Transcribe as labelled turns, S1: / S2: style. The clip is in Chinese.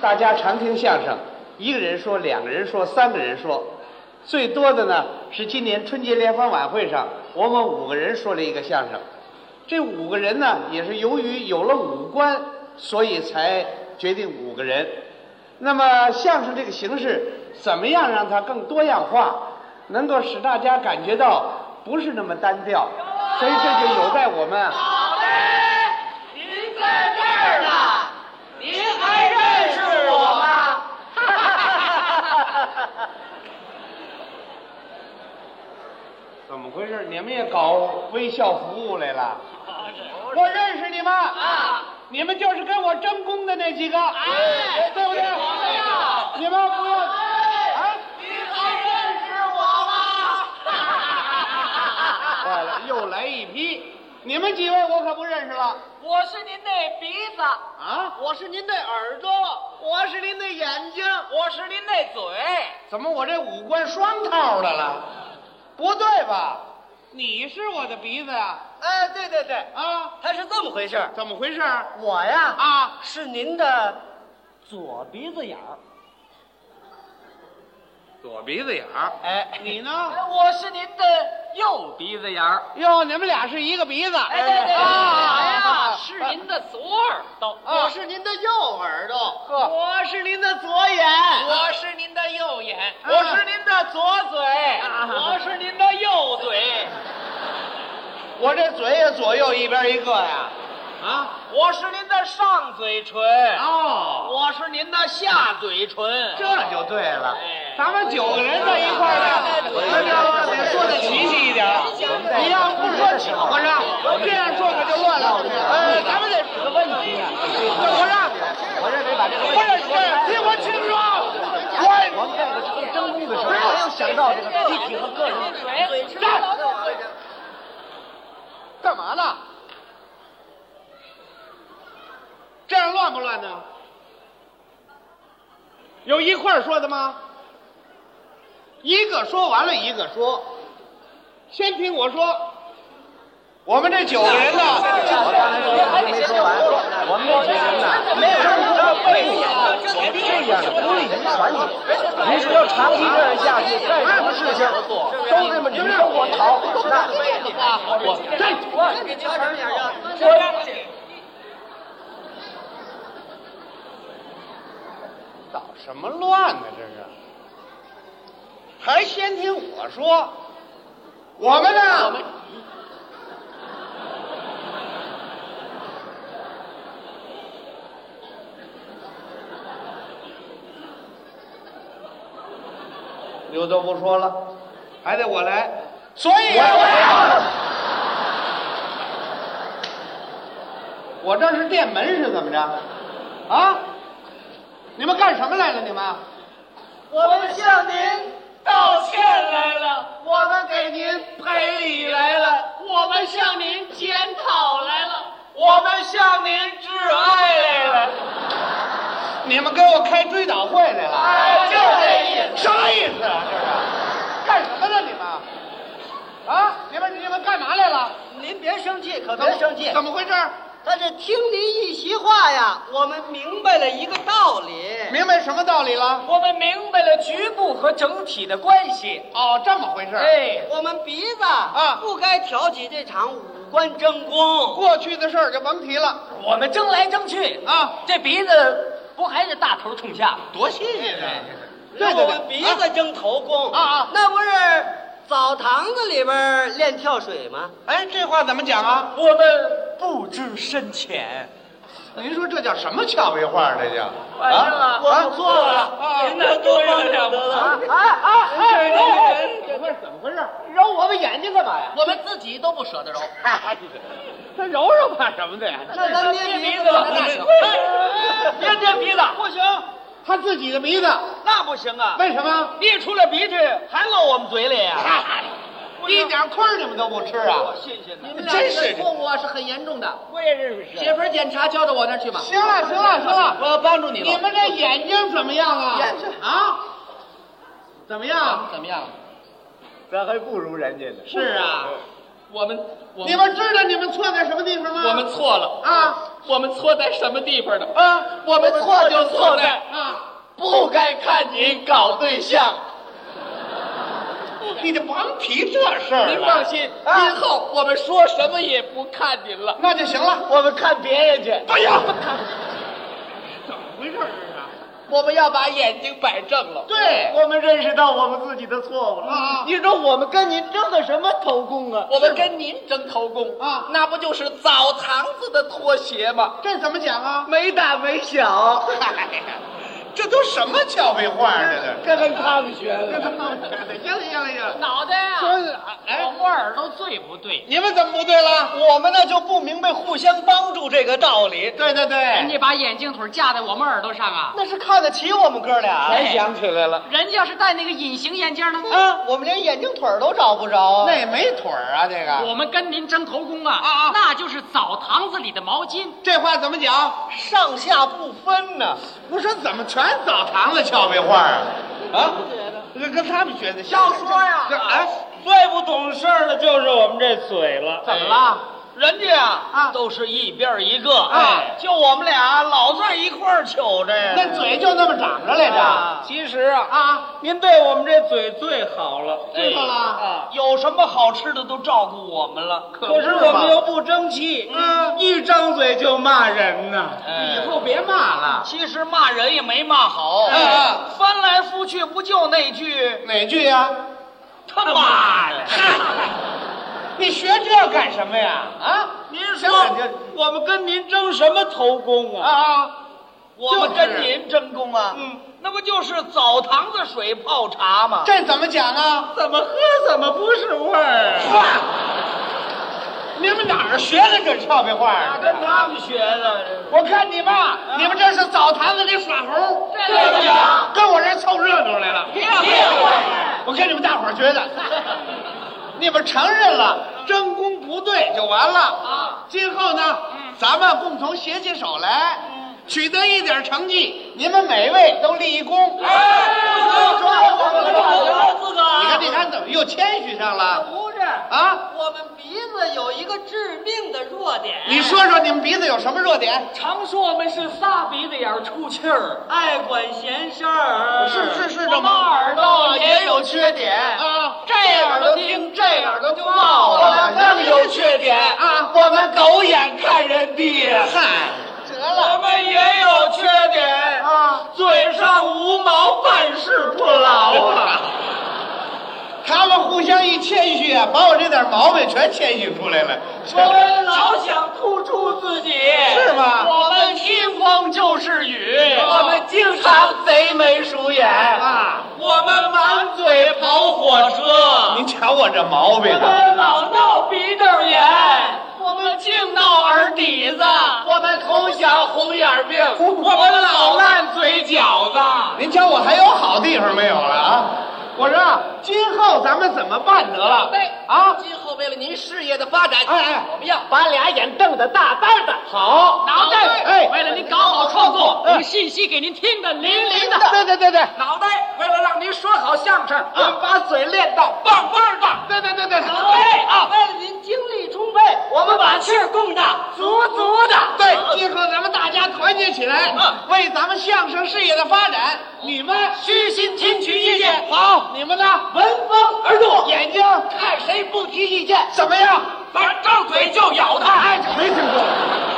S1: 大家常听相声，一个人说，两个人说，三个人说，最多的呢是今年春节联欢晚会上，我们五个人说了一个相声。这五个人呢，也是由于有了五官，所以才决定五个人。那么相声这个形式，怎么样让它更多样化，能够使大家感觉到不是那么单调？所以这就有待我们啊。
S2: 好嘞，您在这儿呢，您还认识我吗？
S1: 怎么回事？你们也搞微笑服务来 了？我认识你们
S2: 啊，
S1: 你们就是跟我争功的那几个，
S2: 哎
S1: 对不对？
S2: 我们呀哎
S1: 你们不要啊！
S2: 您还认识我吗？
S1: 坏了，又来一批。你们几位我可不认识了
S2: 我是您的鼻子，
S1: 啊！
S2: 我是您的耳朵，我是您的眼睛，我是您的嘴。
S1: 怎么我这五官双套的了？不对吧？你是我的鼻子呀、
S2: 哎，对对对，
S1: 啊？啊？
S2: 他是这么回事儿。
S1: 怎么回事？
S2: 我呀，
S1: 啊？
S2: 是您的左鼻子眼儿。
S1: 左鼻子眼儿。
S2: 哎
S1: 你呢？
S2: 我是您的右鼻子眼儿。
S1: 哟，你们俩是一个鼻子。
S2: 哎，对对对，哎呀，
S1: 啊
S2: 是您的左耳朵，
S1: 啊
S2: 我是您的右耳朵，
S1: 呵
S2: 我是您的左眼，我是您的右眼，
S1: 啊
S2: 我是您的左嘴，
S1: 啊
S2: 我是您的右嘴，
S1: 我这嘴也左右一边一个呀。啊？
S2: 我是您的上嘴唇，
S1: 哦，
S2: 我是您的下嘴唇，
S1: 这就对了
S2: 哎。
S1: 咱们九个人在一块儿
S2: 哎
S1: 呢，
S2: 对
S1: 那就得说的齐齐一点了。你要不说巧合上，这样说可就乱了。呃，咱们得指个问题啊。怎么让？
S3: 我认为把这个
S1: 不
S3: 问
S1: 是
S3: 题
S1: 不是，听我清楚。
S3: 我
S1: 我
S3: 们在这个争功的时候，没有想到这个集体和个人。
S2: 嘴，
S1: 干嘛呢？这样乱不乱呢？有一块儿说的吗？一个说完了，一个说。先听我说，我们这九个人呢，
S3: 我刚才说还没说完，我们这几个人呢，争功背景是这样的不是一团体。您是要长期这样下去，干什么事情都这么你争我吵，那我
S1: 站住！捣什么乱呢？这是，还先听我说，我们呢？我们刘德不说了，还得我来，所以啊我这是电门是怎么着？啊？你们干什么来了？你们？
S2: 我们向您道歉来了，
S1: 我们给您赔礼来了。
S2: 我们向您检讨来了，我们向您致哀来了。
S1: 你们给我开追悼会来了？
S2: 哎就这
S1: 思。
S2: 意
S1: 啥意思啊？这是干什么呢？你们？啊？你们你们干嘛来了？
S4: 您别生气，可别生气。
S1: 怎么回事？
S4: 哎但是听您一席话呀，我们明白了一个道理。
S1: 明白什么道理了？
S2: 我们明白了局部和整体的关系。
S1: 哦，这么回事。，
S2: 哎，
S4: 我们鼻子
S1: 啊
S4: 不该挑起这场五官争功。
S1: 过去的事儿就甭提了
S2: 我们争来争去，
S1: 啊。
S2: 这鼻子不还是大头冲下吗？
S1: 多新鲜啊！
S4: 那我们鼻子争头功
S1: 啊啊
S4: 那不是澡堂子里边练跳水吗？
S1: 哎，这话怎么讲啊？
S2: 我们不知深浅。
S1: 您说这叫什么俏皮话儿？这叫
S2: 完了
S1: 啊
S4: 我错了，
S1: 啊！
S2: 那多有两不了。
S4: 啊啊啊！
S1: 这块怎么回事？
S4: 揉我们眼睛干嘛呀？
S2: 我们自己都不舍得揉，
S1: 那揉揉怕什么的呀？
S4: 那咱捏鼻
S2: 鼻
S4: 子
S2: 子
S4: 吧，那行。
S2: 哎
S1: 哎
S2: 别垫鼻子，不行，
S1: 他自己的鼻子，
S2: 那不行啊！
S1: 为什么？哎
S2: 你出了鼻涕还落我们嘴里啊呀、
S1: 一点亏儿你们都不吃啊！
S2: 哦谢谢你。
S1: 真是的。
S4: 误啊是很严重的，
S2: 我也认识。
S4: 写份检查交到我那儿去吧。
S1: 行了，行了，行了，
S2: 我帮助你
S1: 你们这眼睛怎么样啊？
S4: 眼睛
S1: 啊？怎么样？
S2: 怎么样？
S3: 咱还不如人家呢。
S1: 是啊，
S2: 我们我
S1: 你们知道你们错在什么地方吗？
S2: 我们错了。
S1: 啊，
S5: 我们错在什么地方呢？
S1: 啊，
S5: 我们错就错在啊，不该看您搞对象。
S1: 你这甭提这事儿
S5: 您
S1: 了
S5: 放心，
S6: 啊
S5: 今后我们说什么也不看您了。
S1: 那就行了。
S6: 我们看别人去。
S1: 哎呀，
S5: 我们要把眼睛摆正了。
S1: 对，啊我们认识到我们自己的错误了。
S6: 你说我们跟您争个什么头功啊？
S5: 我们跟您争头功
S1: 啊
S5: 那不就是澡堂子的拖鞋吗？
S1: 这怎么讲啊？
S6: 没大没小，
S1: 哎呀，这都什么俏皮话儿这都。
S6: 跟他们学的。
S1: 行了行了行了，
S5: 脑袋啊，
S1: 哎，
S5: 摸耳朵最不对。
S1: 你们怎么不对了？
S6: 我们呢就不明白互相帮助这个道理，
S1: 对对
S7: 人
S1: 对，
S7: 家把眼镜腿架在我们耳朵上啊！
S6: 那是看得起我们哥俩。
S7: 哎
S1: 想起来了，
S7: 人家要是戴那个隐形眼镜呢？
S6: 啊，我们连眼镜腿儿都找不着啊。
S1: 那也没腿儿啊，这个。
S7: 我们跟您争头功
S1: 啊啊
S7: 啊！那就是澡堂子里的毛巾。
S1: 这话怎么讲？
S6: 上下不分呢。
S1: 我说怎么全澡堂子俏皮话啊？啊，这跟他们学的。要说呀，这哎，
S2: 最不懂事儿的就是我们这嘴了。
S5: 怎么了？
S2: 人家啊，
S1: 啊
S2: 都是一边儿一个，啊
S1: 哎
S2: 就我们俩老在一块儿瞅着呀。
S1: 那嘴就那么长着来着。
S2: 其实啊啊，您对我们这嘴最好了，
S1: 最好了
S2: 啊，有什么好吃的都照顾我们了。
S1: 可
S2: 可
S1: 不是
S2: 是
S1: 嘛
S2: 我们又不争气，
S1: 嗯，一张嘴就骂人呐，
S2: 哎
S1: 以后别骂了。
S2: 其实骂人也没骂好，
S1: 哎哎
S2: 翻来覆去不就那句
S1: 哪句啊 呀？
S2: 他妈的。
S1: 你学这干什么呀？
S2: 啊！您说
S1: 行了
S2: 我们跟您争什么头功啊？
S1: 啊，
S2: 我们跟您争功啊？
S1: 嗯，
S2: 那不就是澡堂子水泡茶吗？
S1: 这怎么讲啊？
S2: 怎么喝怎么不是味儿啊
S1: 你们哪儿学的这俏皮话
S2: 啊
S1: 啊？
S2: 跟他们学的，
S1: 我看你们啊，你们这是澡堂子里耍猴，
S5: 对
S2: 啊
S5: 呀
S1: 跟我这儿凑热闹来了。我跟你们大伙儿觉 得，你们承认了争功不对就完了。啊，今后呢，
S2: 嗯
S1: 咱们共同携起手来，取得一点成绩，你们每位都立一功。
S2: 哎自个儿
S1: 你看，你看，怎么又谦虚上了
S4: 不是，
S1: 啊？
S4: 我们鼻子有一个致命的弱点。
S1: 你说说你们鼻子有什么弱点？
S2: 常说我们是仨鼻子眼儿出气儿，
S4: 爱管闲事儿，
S1: 是是是，
S2: 嗯我
S1: 这
S2: 们
S1: 吗？
S2: 耳朵也有缺点
S1: 啊，
S2: 这耳朵听，这耳朵就冒
S1: 我们
S2: 了，
S1: 更有缺点啊！我们狗眼看人低呀！嗨，
S2: 我们也有缺点啊，嘴上无毛，办事不牢啊。
S1: 他们互相一谦虚啊，把我这点毛病全谦虚出来了。
S2: 我们老想突出自己，
S1: 是吗
S2: 我们听风就是雨，我们经常贼眉鼠眼
S1: 啊，
S2: 我们满嘴跑火车，
S1: 您瞧我这毛病啊！
S2: 我们老闹鼻窦炎，我们净闹耳底子，我们从小红眼病，我们老烂嘴角子。
S1: 您瞧我还有好地方没有了啊？我说啊，今后咱们怎么办得了？
S2: 哎
S1: 啊，
S5: 今后为了您事业的发展，
S1: 哎哎
S5: 我们要
S2: 把俩眼瞪得大大的，
S1: 好，
S7: 脑袋，
S1: 哎
S7: 为了您搞好创作，
S1: 嗯
S2: 哎
S7: 我们信息给您听得淋漓的。
S1: 对对对对，啊
S2: 脑袋为了让您说好相声，我们把嘴练到棒棒的。
S1: 对对对对，
S2: 脑袋啊，
S4: 为了您精力充沛，
S2: 我们把气儿供的足足的。
S1: 对，今后咱们大家团结起来，
S2: 啊
S1: 为咱们相声事业的发展，你们虚心听取意见。好，你们呢，闻风而动，眼睛看谁不提意见，怎么样？
S2: 反正张嘴就咬他。
S1: 没听说过。